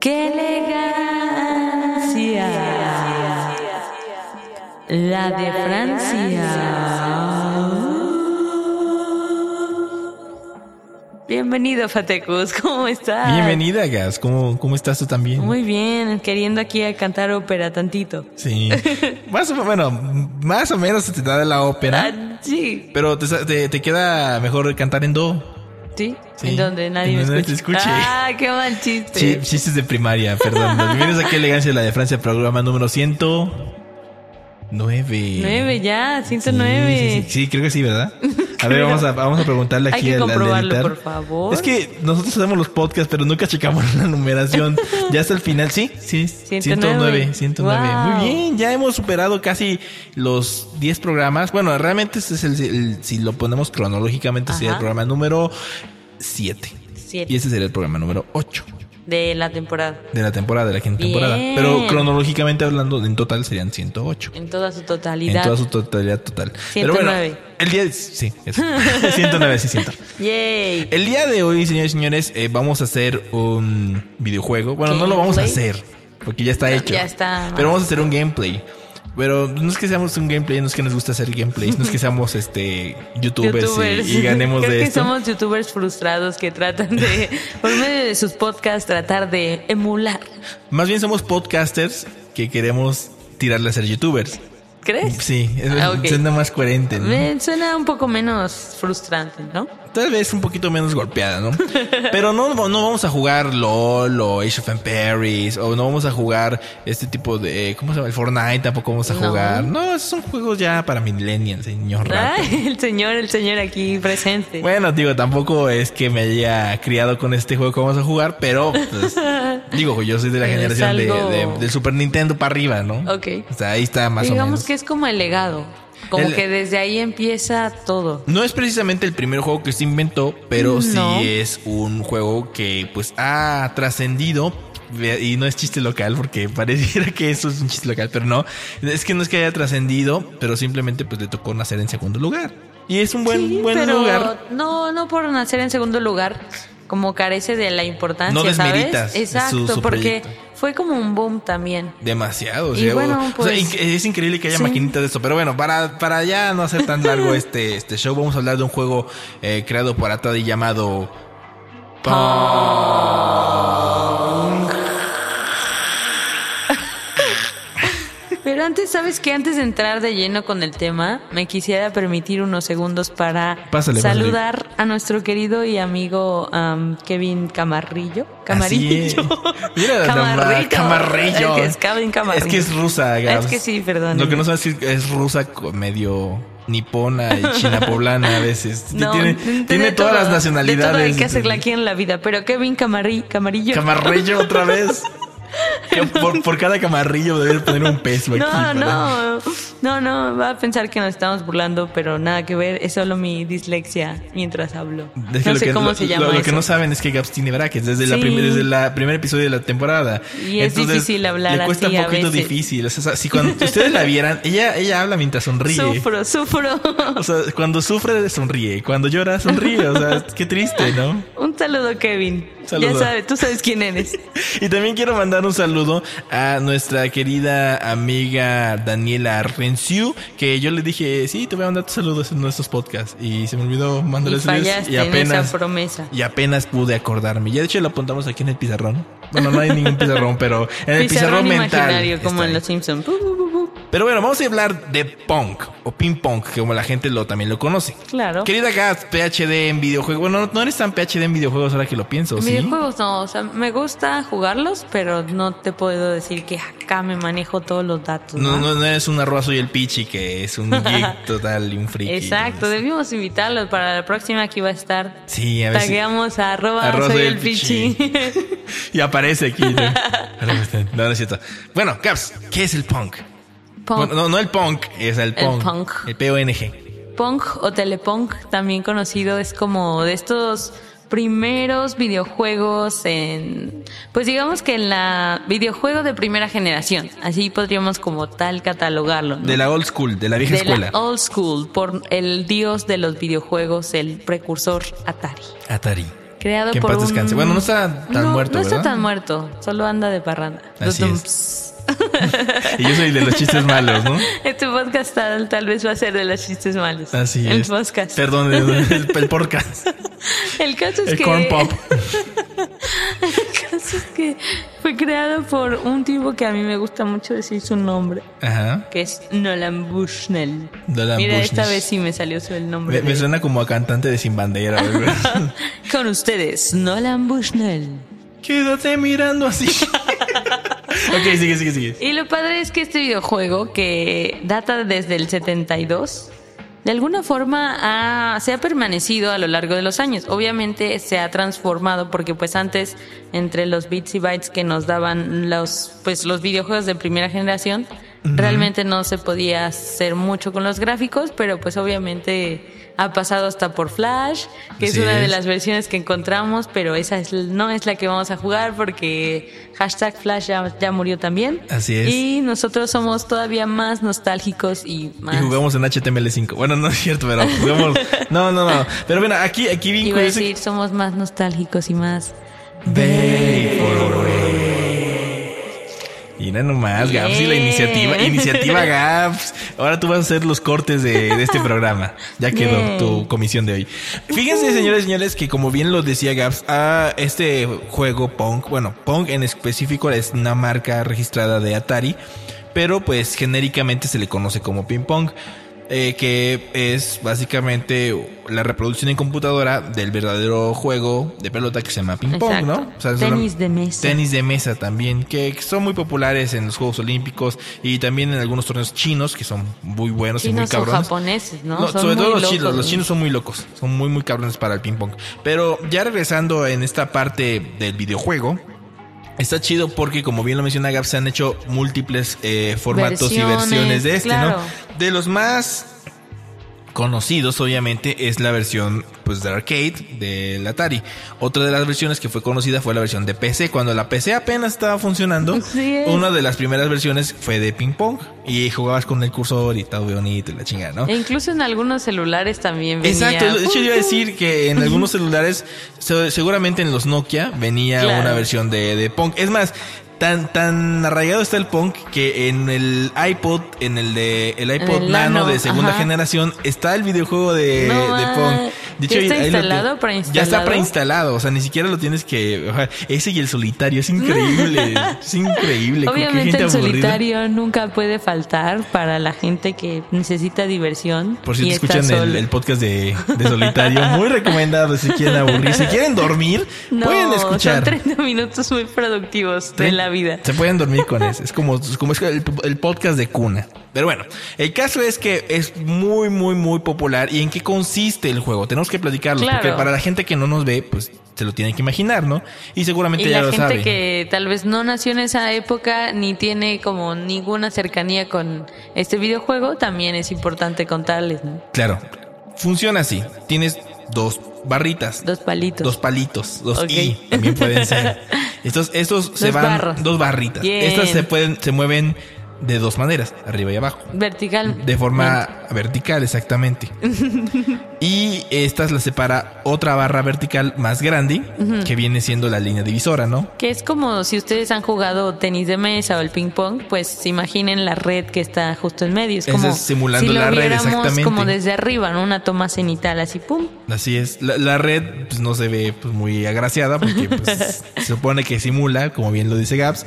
¡Qué elegancia! La de Francia. Bienvenido, Fatecus. ¿Cómo estás? Bienvenida, Gas. ¿Cómo, cómo estás tú también? Ah. Muy bien, queriendo aquí a cantar ópera tantito. Sí. más, o, bueno, más o menos se te da de la ópera. Ah, sí. Pero te, sa- te- te queda mejor cantar en do. ¿Sí? Sí, En donde nadie en me donde escuche. nadie te escuche. Ah, qué mal Sí, chiste. chistes de primaria, perdón. Bienvenidos a Qué Elegancia la de Francia, programa número 109. Nueve ya, Sí, 109. Sí, sí, sí, creo que sí, ¿verdad? A ver, vamos a, vamos a preguntarle Hay aquí que al, al comprobarlo, editar. por favor. Es que nosotros hacemos los podcasts, pero nunca checamos la numeración. ya hasta el final, sí, sí. 109. 109, 109. Wow. Muy bien, ya hemos superado casi los 10 programas. Bueno, realmente este es el, el- si lo ponemos cronológicamente, sería el Ajá. programa número 7. Siete. Y ese sería el programa número 8 De la temporada. de la temporada, de la quinta Bien. temporada. Pero cronológicamente hablando, en total serían 108. En toda su En totalidad. toda su totalidad total. Pero 109. bueno, el día... Sí, eso. 109, sí, 100. Yay. El día de hoy, señores y señores, eh, vamos a hacer un videojuego. Bueno, no lo vamos a Gameplay. hacer, porque ya está hecho. ya está. Pero vamos a hacer un gameplay. Pero no es que seamos un gameplay, no es que nos gusta hacer gameplays, no es que seamos este youtubers, y- Y, ganemos Creo de que esto. somos youtubers frustrados que tratan de, por medio de sus podcasts, tratar de emular. Más bien somos podcasters que queremos tirarle a ser youtubers. ¿Crees? Sí, es Ah, ok. suena más coherente. ¿no? Me suena un poco menos frustrante, ¿no? Tal vez un poquito menos golpeada, ¿no? Pero no, no vamos a jugar LOL o Age of Empires o no vamos a jugar este tipo de... ¿Cómo se llama? El Fortnite tampoco vamos a No. jugar. No, esos son juegos ya para millennials, señor rato. Ay, el señor, el señor aquí presente. Bueno, digo, tampoco es que me haya criado con este juego que vamos a jugar, pero pues, digo, yo soy de la Pero es generación de- algo- de- del Super Nintendo para arriba, ¿no? Ok. O sea, ahí está más o Digamos menos. que es como el legado. Como El- que desde ahí empieza todo. No es precisamente el primer juego que se inventó, pero No. sí es un juego que pues ha trascendido. Ve- Y no es chiste local, porque pareciera que eso es un chiste local, pero no. Es que no es que haya trascendido, pero simplemente pues le tocó nacer en segundo lugar. Y es un buen, Sí, buen pero lugar. No, no por nacer en segundo lugar, como carece de la importancia, No desmeritas ¿sabes? Exacto, su- su porque proyecto. fue como un boom también. Demasiado. o Y sea, bueno, o sea, pues, inc- es increíble que haya sí. maquinitas de esto. Pero bueno, para, para ya no hacer tan largo este, este show, vamos a hablar de un juego eh, creado por Atari llamado Pero antes, ¿sabes qué? Antes de entrar de lleno con el tema, me quisiera permitir unos segundos para Pásale, pásale. saludar a nuestro querido y amigo am, Kevin Camarrillo. Así Camarillo. Ah, es. Mira, nomás, Camarrillo. Es que es Kevin Camarrillo. Es que es rusa, Gabs. Es que sí, perdón. Lo que no sabes es que es rusa co- medio nipona y china poblana a veces. No, tiene de- tiene de todas todo, las De todo hay nacionalidades. este, que hacerla aquí en la vida. Pero Kevin Camarri- Camarillo. Camarrillo otra vez. Que Por, por cada camarrillo debes poner un peso aquí. no, para- no, no, no, va a pensar que nos estamos burlando, pero nada que ver, es solo mi dislexia mientras hablo. Es que no lo sé que, cómo lo- se llama. lo- lo que eso. no saben es que Gaps tiene brackets desde, la Sí. prim- desde la primer episodio de la temporada. Y es difícil hablar Le cuesta así un a poquito veces. difícil. O sea, si cuando ustedes la vieran, ella, ella habla mientras sonríe. Sufro, sufro. O sea, cuando sufre, sonríe. Cuando llora, sonríe. O sea, qué triste, ¿no? Un saludo, Kevin. Ya Saludo. sabes, tú sabes quién eres. Y también quiero mandar un saludo a nuestra querida amiga Daniela Renciu, que yo le dije, sí, te voy a mandar tus saludos en nuestros podcasts. Y se me olvidó Y mandarles saludos. fallaste Y en apenas, esa promesa. y apenas pude acordarme. Ya de hecho lo apuntamos aquí en el pizarrón. Bueno, no hay ningún pizarrón, pero en el pizarrón, mental. imaginario, como en está ahí. Los Simpsons. Bu, bu, bu, bu. Pero bueno, vamos a hablar de punk o ping pong, que como la gente lo, también lo conoce. Claro. Querida Gats, PhD en videojuegos. Bueno, no, no eres tan PhD en videojuegos ahora que lo pienso, ¿sí? Videojuegos no, o sea, me gusta jugarlos, pero no te puedo decir que acá me manejo todos los datos. No, ¿no? no, no eres un arroz y el pichi, que es un geek total y un friki. Exacto, debimos invitarlos para la próxima que va a estar. Sí, a ver si- Tagueamos a arroba Arroba soy soy el el pichi. pichi. Y aparece aquí. ¿no? No, no es cierto. Bueno, Caps, ¿qué es el punk? Punk. Bueno, no, no el punk, es el punk. punk. El PONG. Punk o Telepunk, también conocido, es como de estos primeros videojuegos en, pues digamos que en la videojuego de primera generación, así podríamos como tal catalogarlo. ¿no? De la old school, de la vieja De la escuela. old school, por el dios de los videojuegos, el precursor Atari. Atari. Creado Que en por paz un- descanse. Bueno, no está tan No, muerto, No está ¿verdad? tan muerto, solo anda de parranda. Así Dum, es. ps. Y yo soy de los chistes malos, ¿no? Este podcast tal, tal vez va a ser de los chistes malos. Así el es. podcast. Perdón, el, el, el podcast. El caso es el que. corn pop. El caso es que fue creado por un tipo que a mí me gusta mucho decir su nombre, Ajá. que es Nolan Bushnell. Nolan Mira, Bushnell. esta vez sí me salió su el nombre. Me, me de- suena como a cantante de Sin Bandera. güey. Con ustedes, Nolan Bushnell. Quédate mirando así. ok, sigue, sigue, sigue. Y lo padre es que este videojuego, que data desde el 72, de alguna forma ha- se ha permanecido a lo largo de los años. Obviamente se ha transformado porque pues antes entre los bits y bytes que nos daban los pues los videojuegos de primera generación, realmente no se podía hacer mucho con los gráficos, pero pues obviamente ha pasado hasta por Flash, que es Así una de es. las versiones que encontramos, pero esa es, no es la que vamos a jugar porque hashtag Flash ya, ya murió también. Así es. Y nosotros somos todavía más nostálgicos y más... Y jugamos en HTML5. Bueno, no es cierto, pero jugamos. No, no, no. Pero bueno, aquí, aquí bien Iba a curioso. decir, somos más nostálgicos y más... Day for Way. Mira nomás, Gaps y la Bien. iniciativa. Iniciativa Gaps. Ahora tú vas a hacer los cortes de, de este programa. Ya quedó Bien. tu comisión de hoy. Fíjense, señores y señores, que como bien lo decía Gaps, ah, este juego Pong, bueno, Pong en específico es una marca registrada de Atari, pero pues genéricamente se le conoce como Ping Pong. eh, que es básicamente la reproducción en computadora del verdadero juego de pelota que se llama ping pong, Exacto. ¿no? O sea, Tenis son- de mesa. Tenis de mesa también, que son muy populares en los Juegos Olímpicos y también en algunos torneos chinos, que son muy buenos y muy Chinos o cabrones. japoneses, ¿no? No, Son sobre todo muy los locos, chinos, los ¿no? chinos son muy locos, son muy muy cabrones para el ping pong. Pero ya regresando en esta parte del videojuego, está chido porque como bien lo menciona Gab, se han hecho múltiples eh, formatos y Versiones, versiones de este, claro. ¿no? De los más conocidos obviamente es la versión pues de arcade del Atari. Otra de las versiones que fue conocida fue la versión de PC cuando la PC apenas estaba funcionando. Así es. Una de las primeras versiones fue de ping pong y jugabas con el cursor y todo bonito y la chingada, ¿no? E incluso en algunos celulares también venía. Exacto, de hecho yo iba a decir que en algunos celulares, se- seguramente en los Nokia, venía Claro. una versión de, de Pong. Es más, tan, tan arraigado está el Pong que en el iPod, en el de el iPod el Nano, Nano, de segunda ajá. generación, está el videojuego de, No de ma- Pong. De ¿Ya está ahí lo instalado, tiene- Ya está preinstalado? preinstalado, o sea, ni siquiera lo tienes que... o sea, Ese y el solitario, es increíble, es increíble. qué Obviamente gente el aburrida. solitario nunca puede faltar para la gente que necesita diversión. Por si si escuchan el, el podcast de, de Solitario, muy recomendado si quieren aburrir, si quieren dormir, pueden escuchar. Son 30 minutos muy productivos de Tre- la vida. Se pueden dormir con eso. Es como, es como es el, el podcast de cuna. Pero bueno, el caso es que es muy, muy, muy popular. ¿Y en qué consiste el juego? Tenemos que platicarlo. Claro. Porque para la gente que no nos ve, pues se lo tiene que imaginar, ¿no? Y seguramente Y ya la lo gente sabe. que tal vez no nació en esa época ni tiene como ninguna cercanía con este videojuego, también es importante contarles, ¿no? Claro. Funciona así. Tienes dos barritas. Dos palitos. Dos palitos, dos Ok. I también pueden ser. Estos, estos se Dos van barros. dos barritas. Bien. Estas se pueden, se mueven de dos maneras, arriba y abajo. Vertical. De forma vertical, exactamente. y estas las separa otra barra vertical más grande, que viene siendo la línea divisora, ¿no? Que es como si ustedes han jugado tenis de mesa o el ping pong, pues se imaginen la red que está justo en medio. Es Esa como es simulando si lo la red, viéramos exactamente. como desde arriba, ¿no? Una toma cenital así, pum. Así es. La, la red pues, no se ve pues, muy agraciada porque pues, se supone que simula, como bien lo dice Gaps.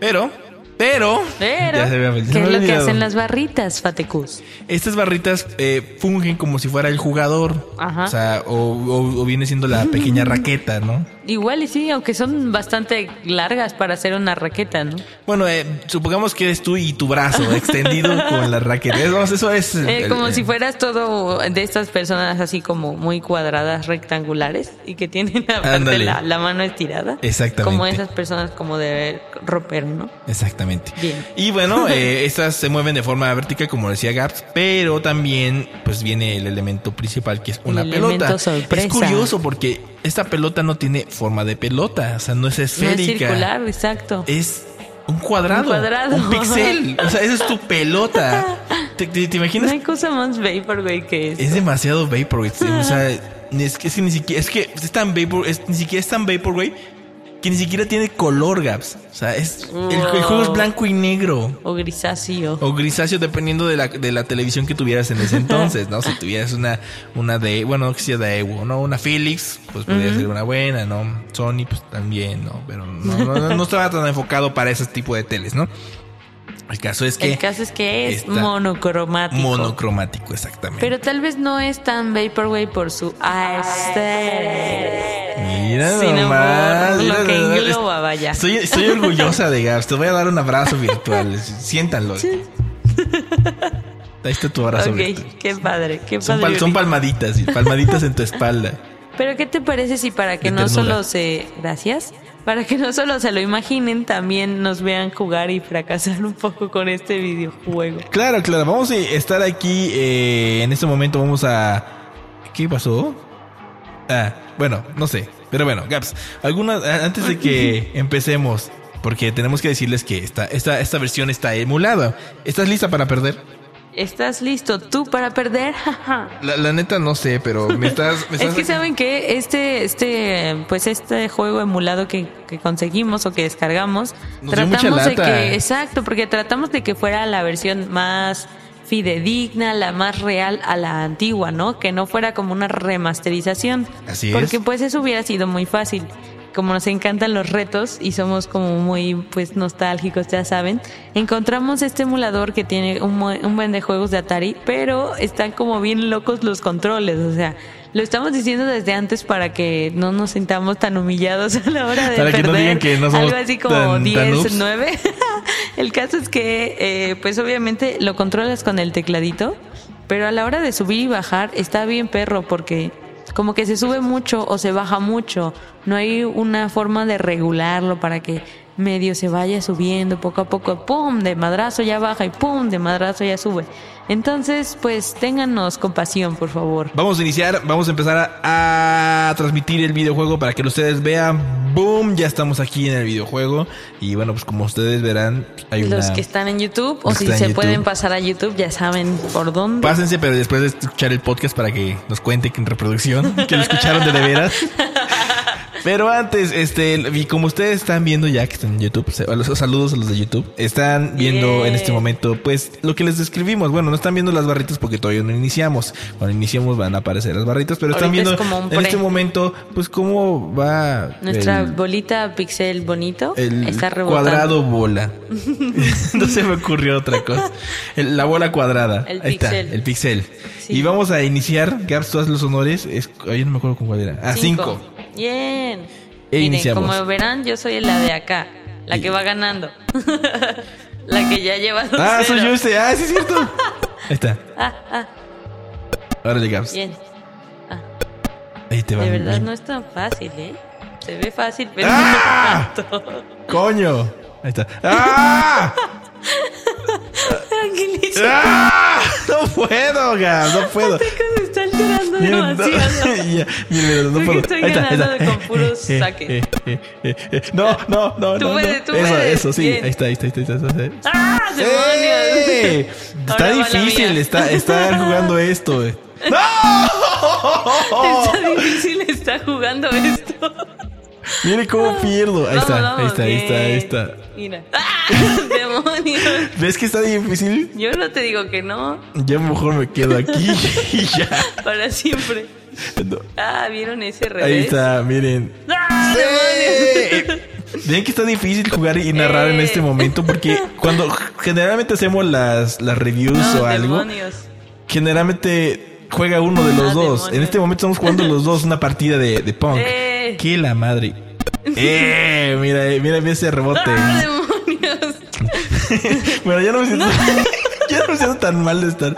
Pero, Pero, Pero, ya se había- se me ¿qué es había lo que olvidado. hacen las barritas, Fatecus? Estas barritas eh, fungen como si fuera el jugador. Ajá. O sea, o, o- o viene siendo la pequeña raqueta, ¿no? Igual y sí, aunque son bastante largas para hacer una raqueta, ¿no? Bueno, eh, supongamos que eres tú y tu brazo extendido con la raqueta. Es- vamos, Eso es. Eh, el- como el- si fueras todo de estas personas así como muy cuadradas, rectangulares y que tienen aparte Ándale. la, la mano estirada. Exactamente. Como esas personas como de ropero, ¿no? Exactamente. Bien. Y bueno, eh, estas se mueven de forma vertical, como decía Gaps, pero también pues viene el elemento principal, que es una El pelota. elemento sorpresa. Es curioso porque esta pelota no tiene forma de pelota, o sea, no es No esférica. Eh, es circular, exacto. Es un cuadrado. Un cuadrado. un pixel. O sea, esa es tu pelota. ¿Te, te- te No imaginas? hay cosa más vapor, güey, que eso. Es demasiado Vaporwave. sí, O sea, es que, es que ni siquiera es que es tan vapor, es- ni siquiera es tan Vaporwave que ni siquiera tiene color gaps. O sea, es el, el juego es Wow. blanco y negro. O grisáceo. O grisáceo, dependiendo de la, de la televisión que tuvieras en ese entonces, ¿no? Si tuvieras una, una de, bueno, no que sea de Ewo, ¿no? Una Philips, pues podría ser una buena, ¿no? Sony, pues también, ¿no? Pero no, no, no- no estaba tan enfocado para ese tipo de teles, ¿no? El caso es que El caso es que es está monocromático. monocromático, exactamente. Pero tal vez no es tan vaporwave por su aesthetic. Mira Sin nomás, amor, mira lo que nomás. engloba, vaya. Estoy, estoy orgullosa de Gabs. Te voy a dar un abrazo virtual. Siéntanlo. Ahí está tu abrazo virtual. Ok, qué padre, qué Son, padre. pal- son palmaditas, sí, palmaditas en tu espalda. Pero ¿qué te parece si para que De no ternura. solo se... Gracias. Para que no solo se lo imaginen, también nos vean jugar y fracasar un poco con este videojuego. Claro, claro. Vamos a estar aquí eh, en este momento. Vamos a. ¿Qué pasó? Ah, bueno, no sé. Pero bueno, Gaps, alguna, a- antes de que empecemos, porque tenemos que decirles que esta, esta, esta versión está emulada. ¿Estás lista para perder? ¿Estás listo tú para perder? Jaja. La, la neta no sé, pero me estás... me Es estás- que saben que este, este, pues este juego emulado que, que conseguimos o que descargamos, Nos dio tratamos mucha de lata. que, exacto, porque tratamos de que fuera la versión más fidedigna, la más real a la antigua, ¿no? Que no fuera como una remasterización. Así es. Porque pues eso hubiera sido muy fácil. Como nos encantan los retos y somos como muy pues nostálgicos, ya saben, encontramos este emulador que tiene un, mu- un buen de juegos de Atari, pero están como bien locos los controles, o sea, lo estamos diciendo desde antes para que no nos sintamos tan humillados a la hora de Para que no perder. digan que no somos algo así como tan- tan 10, noobs. 9. El caso es que eh, pues obviamente lo controlas con el tecladito, pero a la hora de subir y bajar está bien perro porque como que se sube mucho o se baja mucho. No hay una forma de regularlo para que medio se vaya subiendo poco a poco. ¡Pum! De madrazo ya baja y ¡pum! De madrazo ya sube. Entonces, pues téngannos compasión, por favor. Vamos a iniciar, vamos a empezar a, a transmitir el videojuego para que ustedes vean. ¡Boom! Ya estamos aquí en el videojuego. Y bueno, pues como ustedes verán, hay Los una... que están en YouTube o Los si que están en se YouTube. pueden pasar a YouTube ya saben por dónde. Pásense, pero después de escuchar el podcast para que nos cuente que en reproducción, que lo escucharon de de veras. Pero antes, este, y como ustedes están viendo ya que están en YouTube, se- a los saludos a los de YouTube, están viendo Bien. en este momento, pues, lo que les describimos. Bueno, no están viendo las barritas porque todavía no iniciamos. Cuando iniciamos van a aparecer las barritas, pero están Ahorita viendo es como un en este pre. momento, pues, cómo va Nuestra el- bolita pixel bonito el está rebotando. cuadrado bola. no se me ocurrió otra cosa. El- la bola cuadrada. El Ahí está, pixel. el pixel. Sí. Y vamos a iniciar, Gaps, todos los honores. Es, ay, yo no me acuerdo con cuál era. Ah, cinco. Bien. E Miren, iniciamos. como verán, yo soy la de acá, la que va ganando. la que ya lleva dos Ah, soy cero. yo este. Ah, sí es cierto. Ahí está. Ah, ah, Órale, Gaps. bien. Ah, Ahí te va. De mi- verdad mi- no es tan fácil, ¿eh? Se ve fácil, pero ¡Ah! no tanto. Coño. Ahí está. ¡Ah! Tranquilízate, ¡Ah! No puedo, Gaps. No puedo. que me está alterando Mira, no, demasiado. ya, mira, no Creo que puedo. estoy Ahí está, ahí ganando está. con puros Eh, eh, saques. eh, eh, eh, eh. No, no, no, Tú no, no. puedes, tú eso, puedes. eso, sí. Bien. Ahí está, ahí está, ahí está. ahí está, ahí está. ¡Ah, ¡Eh! demonios! Ahora Está va la difícil mía. está, estar jugando esto. eh. ¡No! Está difícil está jugando esto. Mire cómo pierdo. Ahí Vamos, está, ahí vamos, está, ahí está, ahí bien. está. Mira. ¡Ah! ¡Demonios! ¿Ves que está difícil? Yo no te digo que no, Ya mejor me quedo aquí y ya. para siempre. No. Ah, ¿vieron ese revés? Ahí está, miren. ¡Ah, ¡Sí! demonios! Ven que está difícil jugar y narrar en este momento porque cuando generalmente hacemos las, las reviews No, o algo, Ah, demonios. generalmente juega uno de los Ah, dos. demonios. En este momento estamos jugando los dos una partida de, de punk. Eh. ¡Qué la madre! ¡Eh! Mira, eh, mira ese rebote. ¡Ah, demonios! Bueno, ya no me siento. ya no me siento tan mal de estar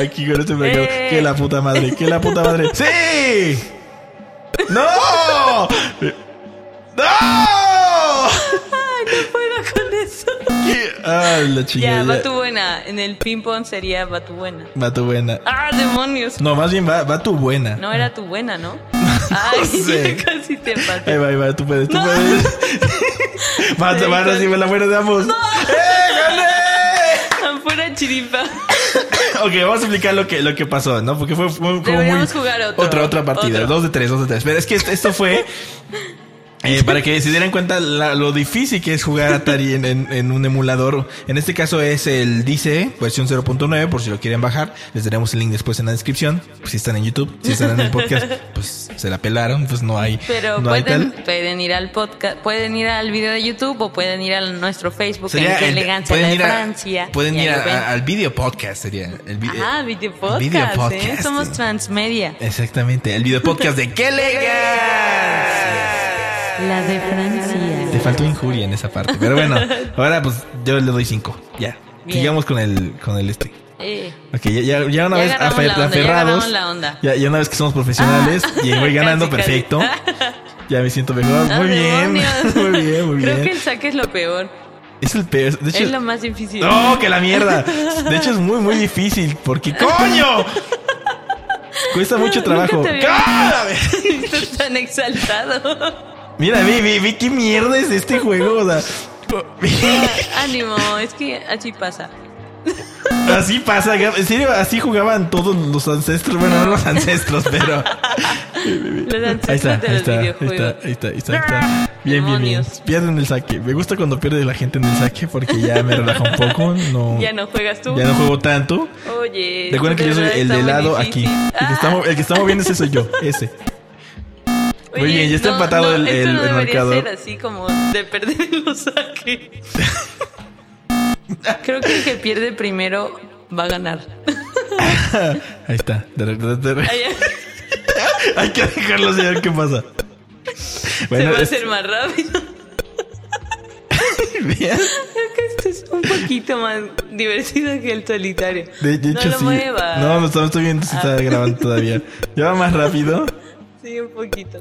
aquí con este mercado. Eh. Que la puta madre, que la puta madre. ¡Sí! ¡No! ¡No! Ay, ¡Ah, no puedo con eso. ¿Qué? ¡Ay, la Ya, chingada! va ya. tu buena. En el ping-pong sería va tu buena. Va tu buena. ¡Ah, demonios! No, más bien va, va tu buena. No era tu buena, ¿no? Ay, sé. casi te Ahí empaté. va, ahí va, tú puedes, tú No. puedes. Va, Sí, va, con- así me la buena de ambos. ¡Eh, Fuera chiripa. gané! Ok, vamos a explicar lo que, lo que pasó, ¿no? Porque fue, fue como Deberíamos muy- jugar otro. Otra, otra partida. Otro. Dos de tres, dos de tres. Pero es que esto- esto fue. eh, para que se dieran cuenta la- lo difícil que es jugar Atari en, en- en un emulador. En este caso es el DCE, versión 0.9, por si lo quieren bajar. Les daremos el link después en la descripción. Pues si están en YouTube, si están en el podcast, pues se la pelaron, pues no hay. Pero no hay pueden, tal. pueden ir al podcast, pueden ir al video de YouTube o pueden ir a nuestro Facebook en Sería Qué el- elegancia pueden la de ir a- Francia. Pueden Y ir ahí a- lo ven. a- al video podcast, sería. El vi- Ajá, video podcast, video ¿eh? podcast, Somos eh. transmedia. Exactamente, el video podcast de ¡Qué elegancia! La de Te Francia. faltó injuria en esa parte. Pero bueno, ahora pues yo le doy cinco. Ya. Bien. Sigamos con el, con el este. Eh, Ok, ya, ya, ya una Ya vez agarramos afe- la onda, ya aferrados. agarramos la onda. Ah. ya- ya una vez que somos profesionales y voy ganando, Casi, casi. perfecto. Ya me siento mejor. ¡ah, Muy bien. demonios! Muy bien, muy Creo que el bien. saque es lo peor. Es el peor. De hecho, es lo más difícil. ¡No, que la mierda! De hecho, es muy, muy difícil. Porque, ¡coño! Cuesta mucho Nunca trabajo. te había- ¡Cállame! Estás tan exaltado. Mira, vi, vi, vi qué mierda es este juego. O sea, Ánimo, es que así pasa. así pasa. Gab. En serio, así jugaban todos los ancestros. Bueno, no los ancestros, pero. Los Ahí está, ancestros de los ahí está, ahí está, videojuegos. ahí está, ahí está, ahí está. Bien, bien, bien. Demonios. Pierden el saque. Me gusta cuando pierde la gente en el saque porque ya me relaja un poco. No, Ya no juegas tú. ya no juego tanto. Oye. Recuerden que de yo soy verdad el está de muy lado aquí. difícil. El que, Ah, está, mo- el que está moviendo ese soy yo, ese. Muy Ah, oye, bien, ya está no, empatado no, el, el, esto no el debería marcador. ser así como de perder en los saques. Creo que el que pierde primero va a ganar. Ahí está. De- de- de- de- Ay, Hay que dejarlo señor, qué pasa. este, se va a es- hacer más rápido. bien. Creo que esto es un poquito más divertido que el solitario. De, de no hecho, lo sí. muevas. Ah. No, no, no estoy viendo si está grabando todavía. Ya va más rápido. Sí, un poquito.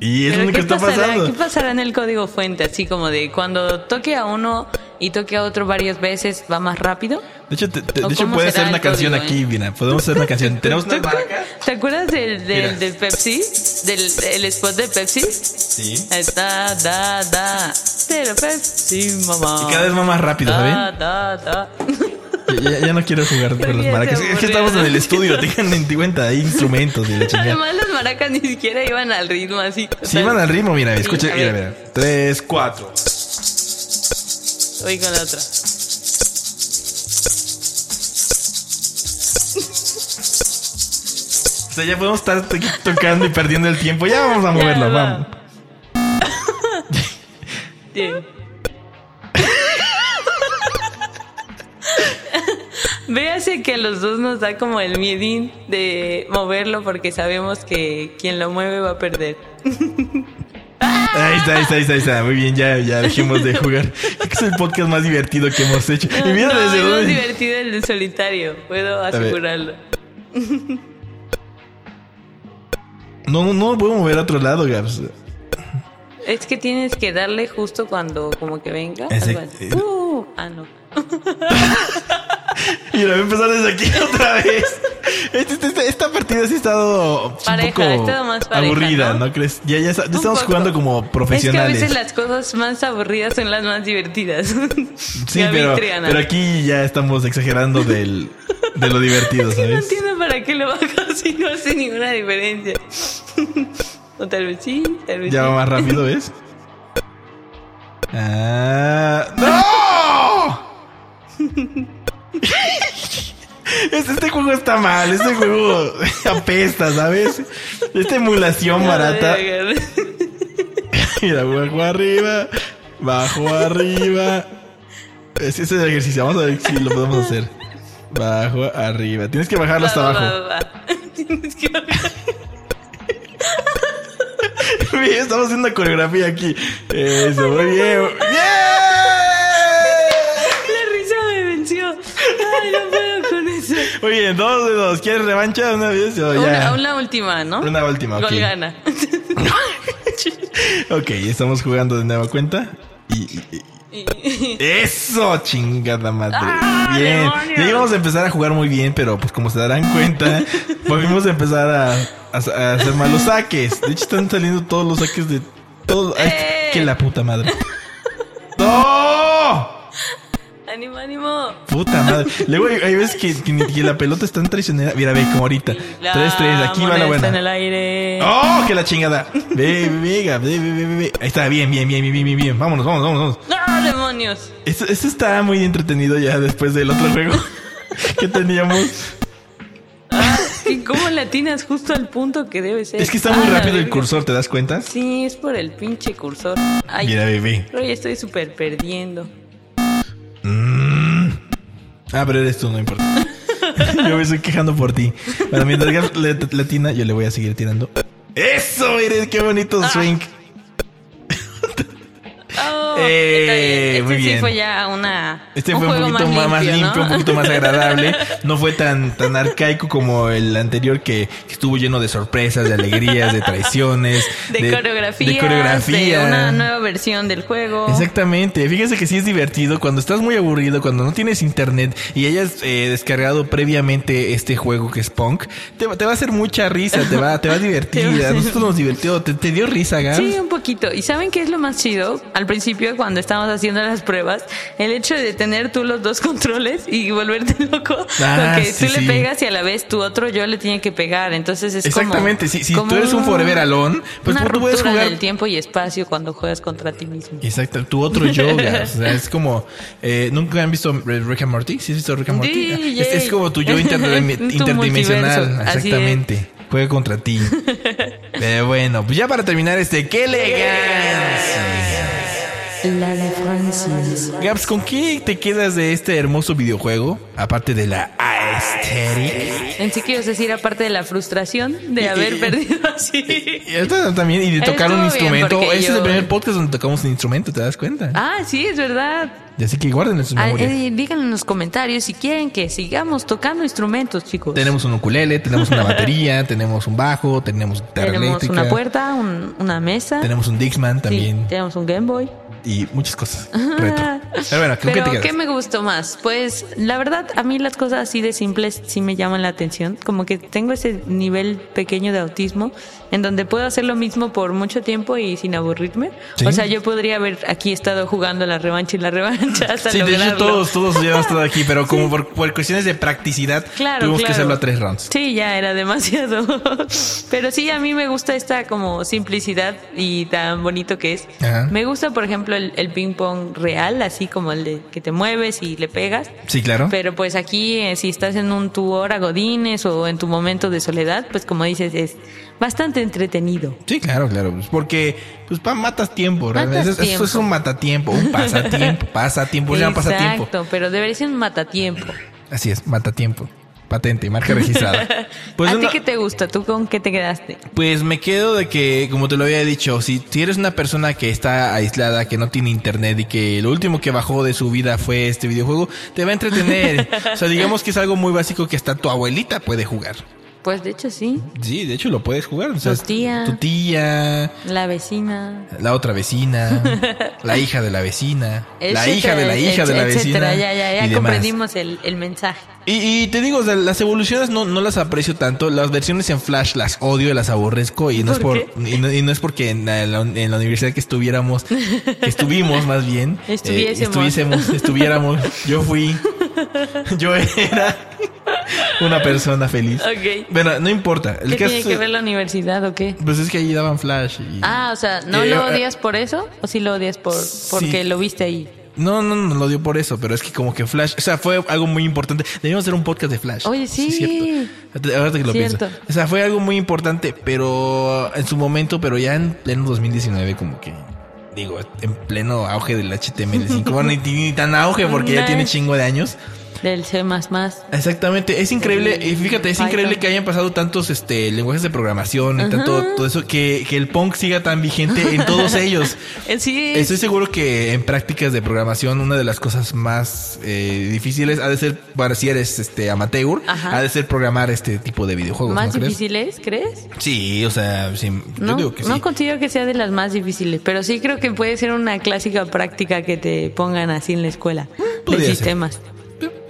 Y es lo Pero único que ¿qué está pasará- pasando. ¿Qué pasará en el código fuente? Así como de cuando toque a uno y toque a otro varias veces, ¿va más rápido? De hecho, te- te- ¿O de hecho cómo puede será ser una el canción código, eh? aquí, mira. Podemos hacer una canción. Tenemos ¿Te, una acuer- te acuerdas del, Mira. del, del Pepsi? ¿Del el spot de Pepsi? Sí. Está, da, da. Pero Pepsi, mamá. Y cada vez va más rápido, Da, ¿saben? da, da. Ya, ya- ya no quiero jugar Ya con las se maracas. Es que aburrió, estamos en el ¿no? estudio, tengan en cuenta, hay instrumentos y la chingada. Además, las maracas ni siquiera iban al ritmo así. o Si sea, van al ritmo, mira, escucha, a mira, ver. mira. Tres, cuatro. Voy con la otra. O sea, ya podemos estar to- tocando y perdiendo el tiempo. Ya vamos a moverlo, va. vamos. Bien. Véase que a los dos nos da como el miedín de moverlo porque sabemos que quien lo mueve va a perder. Ahí está, ahí está, ahí está, ahí está. Muy bien, ya, ya dejemos de jugar. Creo que es el podcast más divertido que hemos hecho. Y mira no, desde es más dónde. divertido el de solitario, puedo ver. asegurarlo. No, no, no puedo mover a otro lado, Gabs. Es que tienes que darle justo cuando como que venga. Ese- algo así. Uh, ah, no. Y la voy a empezar desde aquí otra vez. Este- este- este- esta partida sí ha estado Pareja, ha un poco estado más pareja, aburrida, ¿no? ¿no? crees? Ya, ya, está- ya Un estamos poco. jugando como profesionales. Es que a veces las cosas más aburridas son las más divertidas. Sí, Gaby pero, Triana. pero aquí ya estamos exagerando del, de lo divertido, Sí, no ¿sabes? entiendo para qué lo bajo si no hace ninguna diferencia. o tal vez sí, tal vez Ya va sí. más rápido, ¿ves? Ah, ¡No! Este, este juego está mal, este juego apesta, ¿sabes? Esta emulación No, barata. verga. Mira, bajo arriba, bajo arriba. Es- Ese es el ejercicio, vamos a ver si lo podemos hacer. Bajo arriba. Tienes que bajarlo hasta Va, abajo. va, va, va. Tienes que bajar. Bien, Estamos haciendo coreografía aquí. Eso, muy bien. ¡Bien! La risa me venció. Ay, no puedo con eso. Muy bien, dos de dos. ¿Quieres revancha una vez o ya? Una, una última, ¿no? Una última, ok. Gol gana. Ok, estamos jugando de nueva cuenta. Y, y- y- ¡Eso! Chingada madre. ¡Ah, bien. demonios! Ya íbamos a empezar a jugar muy bien, pero pues como se darán cuenta, volvimos a empezar a, a- a hacer malos saques. De hecho, están saliendo todos los saques de todo. ay, ¡Eh! ¡Que la puta madre! ¡No! ánimo, ánimo. Puta madre. Luego hay, hay veces que, que ni- que la pelota es tan traicionera. Mira, ve, como ahorita. La 3-3, aquí va moneda la Está en buena. el aire. ¡Oh, que la chingada! Ve, ve, ve, ve, ve, ve, ve. Ahí está, bien, bien, bien, bien, bien, bien, bien. Vámonos, vámonos, vámonos. ¡No, demonios! Esto, esto está muy entretenido ya después del otro juego que teníamos. Ah, ¿y ¿Cómo latinas justo al punto que debe ser? Es que está muy Ah, la rápido el verga. cursor, ¿te das cuenta? Sí, es por el pinche cursor. Ay, Mira, bebé. pero ya estoy súper perdiendo. Ah, pero eres tú, no importa. Yo me estoy quejando por ti. Bueno, mientras Gaf le, le tira, yo le voy a seguir tirando. ¡Eso, miren! ¡Qué bonito Ah. swing! Oh, Eh, está bien. Este muy sí bien. fue ya una. Este fue un juego poquito ma- más limpio, ¿no? un poquito más agradable. No fue tan, tan arcaico como el anterior que, que estuvo lleno de sorpresas, de alegrías, de traiciones. de, coreografía. De coreografía. de una nueva versión del juego. Exactamente, fíjense que sí es divertido cuando estás muy aburrido, cuando no tienes internet y hayas eh, descargado previamente este juego que es Punk, te, va- te va a hacer mucha risa, te va, te va a divertir, a nosotros nos divirtió, te, te dio risa, Gabs. Sí, un poquito. ¿Y saben qué es lo más chido? Al principio, cuando estábamos haciendo las pruebas, el hecho de tener tú los dos controles y volverte loco, Ah, porque sí, tú le sí. pegas y a la vez tu otro yo le tiene que pegar. Entonces es como- Exactamente, si, si como tú eres un forever alone, pues una tú puedes ruptura jugar en el tiempo y espacio cuando juegas contra ti mismo. Exacto, tu otro yoga. o sea, es como. eh, ¿Nunca han visto Rick and Morty? ¿Sí has visto Rick and Morty? Ah, DJ. Es, es como tu yo interdimi- Tu interdimensional. multiverso, así es. Exactamente. Juega contra ti. Pero bueno, pues ya para terminar este. ¡Qué elegancia! La de Francis. Gaps, ¿con qué te quedas de este hermoso videojuego? Aparte de la aesthetic. En sí quiero decir, aparte de la frustración de haber perdido así. Y esto también, y de tocar un Estuvo bien, instrumento. porque Este es yo- el primer podcast donde tocamos un instrumento, ¿te das cuenta? Ah, sí, es verdad. Y así que guarden en sus Ah, memorias. eh, díganlo en los comentarios si quieren que sigamos tocando instrumentos, chicos. Tenemos un ukulele, tenemos una batería, tenemos un bajo, tenemos guitarra Tenemos eléctrica. una puerta, un- una mesa. Tenemos un Dixman sí, también tenemos un Game Boy. y muchas cosas. Retro. Pero bueno, ¿con qué Pero, te quedas? ¿qué me gustó más? Pues, la verdad, a mí las cosas así de simples sí me llaman la atención. Como que tengo ese nivel pequeño de autismo en donde puedo hacer lo mismo por mucho tiempo y sin aburrirme. Sí. O sea, yo podría haber aquí estado jugando la revancha y la revancha hasta Sí, de lograrlo. hecho todos, todos llevamos todo aquí, pero como por, por cuestiones de practicidad Claro, tuvimos que claro. hacerlo a tres rounds. Sí, ya era demasiado. Pero sí, a mí me gusta esta como simplicidad y tan bonito que es. Ajá. Me gusta, por ejemplo, el, el ping pong real, así como el de que te mueves y le pegas. Sí, claro. Pero pues aquí, eh, si estás en un tu hora godines o en tu momento de soledad, pues como dices, es bastante entretenido. Sí, claro, claro. pues, Porque, pues, pa, matas tiempo, Matas realmente. Eso- Eso es tiempo. un matatiempo, un pasatiempo, pasatiempo, se llama pasatiempo. Exacto, pero debería ser un matatiempo. Así es, matatiempo. Patente, marca registrada. Pues ¿A ti una- qué te gusta? ¿Tú con qué te quedaste? Pues me quedo de que, como te lo había dicho, si, si eres una persona que está aislada, que no tiene internet y que lo último que bajó de su vida fue este videojuego, te va a entretener. o sea, digamos que es algo muy básico que hasta tu abuelita puede jugar. Pues de hecho sí, Sí, de hecho lo puedes jugar. O sea, Tu tía. Tu tía, la vecina. la otra vecina, la hija de la vecina, la hija de la Etcétera, hija de la etcétera, vecina. Ya, ya, y ya demás. comprendimos el, el mensaje. Y, y te digo, o sea, las evoluciones no, no las aprecio tanto. Las versiones en Flash las odio, las aborrezco y no ¿Por es por y no, y no es porque en la, en la- en la universidad que estuviéramos, que estuvimos más bien, eh, Estuviésemos. estuviésemos, estuviéramos. Yo fui, yo era una persona feliz. Ok. Bueno, no importa. El ¿Qué caso tiene es- que ver la universidad o qué? pues es que ahí daban Flash. y- Ah, o sea, ¿no Eh, lo eh, odias por eso? ¿O sí lo odias por porque lo viste ahí? No, no, no lo dio por eso, pero es que como que Flash, o sea, fue algo muy importante. Debíamos hacer un podcast de Flash. Oye, sí. cierto. Ahora que lo Cierto. pienso. O sea, fue algo muy importante, pero en su momento, pero ya en pleno 2019 como que digo, en pleno auge del HTML5, bueno, ni, ni tan auge porque ya tiene chingo de años. Del C más más. Exactamente, es increíble, y fíjate, es Python. increíble que hayan pasado tantos este lenguajes de programación y tanto todo eso que, que el punk siga tan vigente en todos ellos. Sí. Estoy seguro que en prácticas de programación una de las cosas más eh, difíciles ha de ser, para si eres este amateur, Ajá. ha de ser programar este tipo de videojuegos. ¿Más ¿no crees? difíciles, crees? Sí, o sea, sí, yo No, digo que no sí. considero que sea de las más difíciles, pero sí creo que puede ser una clásica práctica que te pongan así en la escuela de Mm, podría ser. sistemas.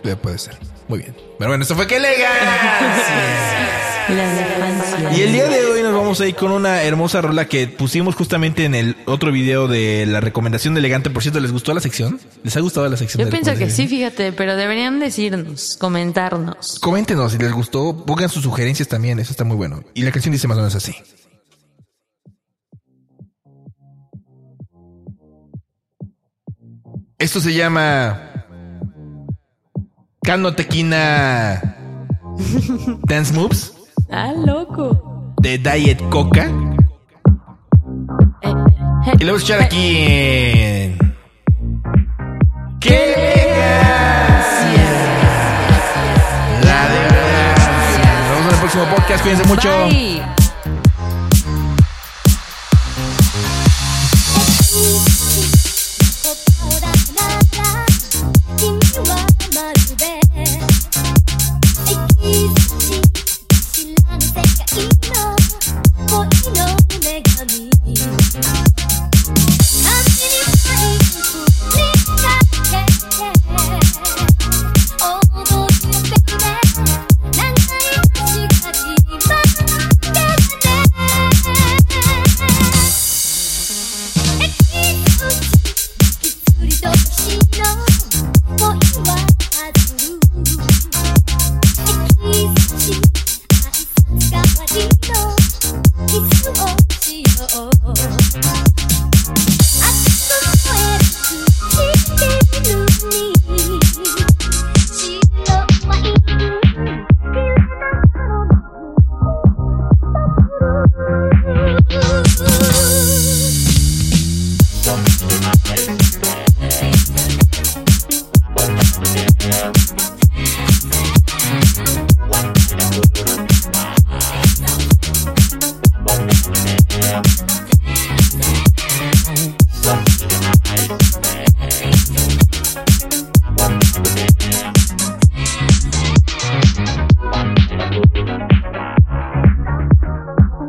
Eh, Puede ser. Muy bien. Pero bueno, esto fue que elegancia. La infancia. Y el día de hoy nos vamos a ir con una hermosa rola que pusimos justamente en el otro video de la recomendación de elegante. Por cierto, ¿les gustó la sección? ¿Les ha gustado la sección? Yo de pienso que sí, recomendación? fíjate, pero deberían decirnos, comentarnos. Coméntenos si les gustó, pongan sus sugerencias también, eso está muy bueno. Y la canción dice más o menos así. Esto se llama Kano Tequina Dance Moves Ah, loco. de Diet Coca. Eh, Y lo vamos a echar aquí en... ¡Qué elegancia! La de verdad. Nos vemos en el próximo podcast. Cuídense mucho. Bye. 「君はまるで」「エキスチ知らぬ世界の恋の女神」「足に入るふりかけて」「踊ってね流れ星が決まってね」「きつりとしの恋ははずる」「えきつしあいさつ代わりのキスをしよう」「熱く燃える唇に白ワイン」「キュッとのる」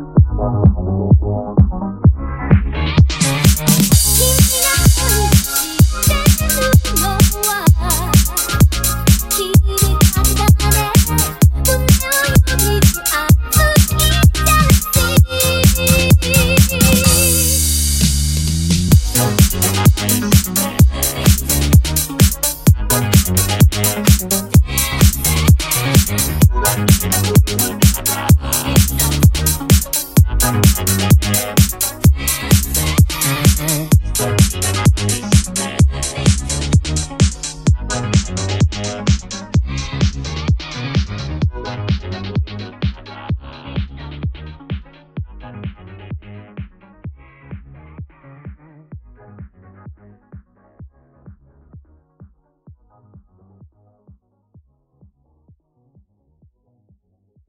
「君が愛してるのは君だけだね」「胸をよぎし熱い魂」